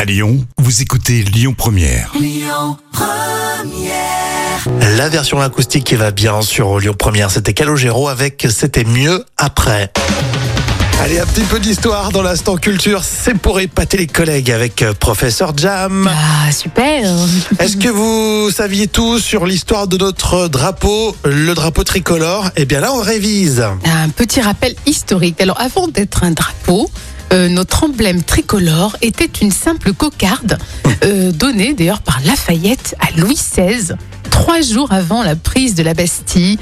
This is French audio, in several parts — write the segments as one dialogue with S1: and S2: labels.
S1: À Lyon, vous écoutez Lyon Première.
S2: La version acoustique qui va bien sur Lyon Première, c'était Calogero avec C'était mieux après. Allez, un petit peu d'histoire dans l'instant culture, c'est pour épater les collègues avec euh, professeur Jam.
S3: Ah, super
S2: Est-ce que vous saviez tout sur l'histoire de notre drapeau, le drapeau tricolore Eh bien là, on révise.
S3: Un petit rappel historique. Alors, avant d'être un drapeau, euh, notre emblème tricolore était une simple cocarde euh, donnée d'ailleurs par Lafayette à Louis XVI, trois jours avant la prise de la Bastille,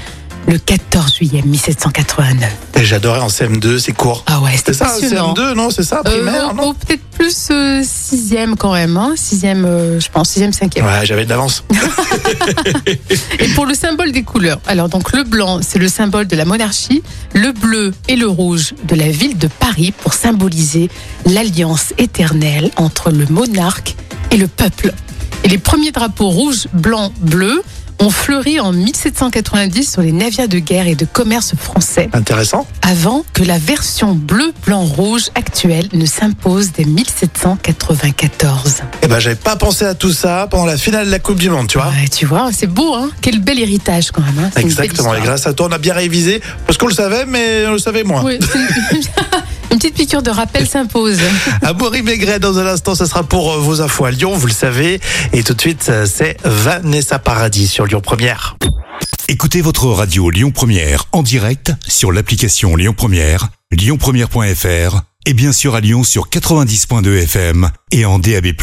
S3: le 14 juillet 1789.
S2: Et J'adorais en CM2, c'est court.
S3: Ah ouais, c'était
S2: C'est ça,
S3: passionnant.
S2: CM2, non C'est ça,
S3: Euh,
S2: primaire,
S3: oh,
S2: non
S3: oh, peut-être plus euh, sixième quand même, hein, sixième, euh, je pense, sixième, cinquième.
S2: Ouais, j'avais de l'avance.
S3: Et pour le symbole des couleurs, alors donc le blanc, c'est le symbole de la monarchie, le bleu et le rouge de la ville de Paris pour symboliser l'alliance éternelle entre le monarque et le peuple. Et les premiers drapeaux rouge, blanc, bleu ont fleuri en 1790 sur les navires de guerre et de commerce français,
S2: Intéressant.
S3: avant que la version bleu, blanc, rouge actuelle ne s'impose dès 1794.
S2: Eh ben, j'avais pas pensé à tout ça pendant la finale de la Coupe du Monde, tu vois.
S3: Ouais, tu vois, c'est beau, hein Quel bel héritage quand même. hein C'est une belle
S2: Exactement, et
S3: histoire.
S2: grâce à toi, on a bien révisé, parce qu'on le savait, mais on le savait moins.
S3: Oui, c'est une... une petite piqûre de rappel s'impose.
S2: Amaury Maigret, dans un instant, ce sera pour euh, vos infos à Lyon, vous le savez. Et tout de suite, euh, c'est Vanessa Paradis sur Lyon Première.
S1: Écoutez votre radio Lyon Première en direct sur l'application Lyon Première, lyonpremière.fr et bien sûr à Lyon sur 90.2 FM et en DAB+.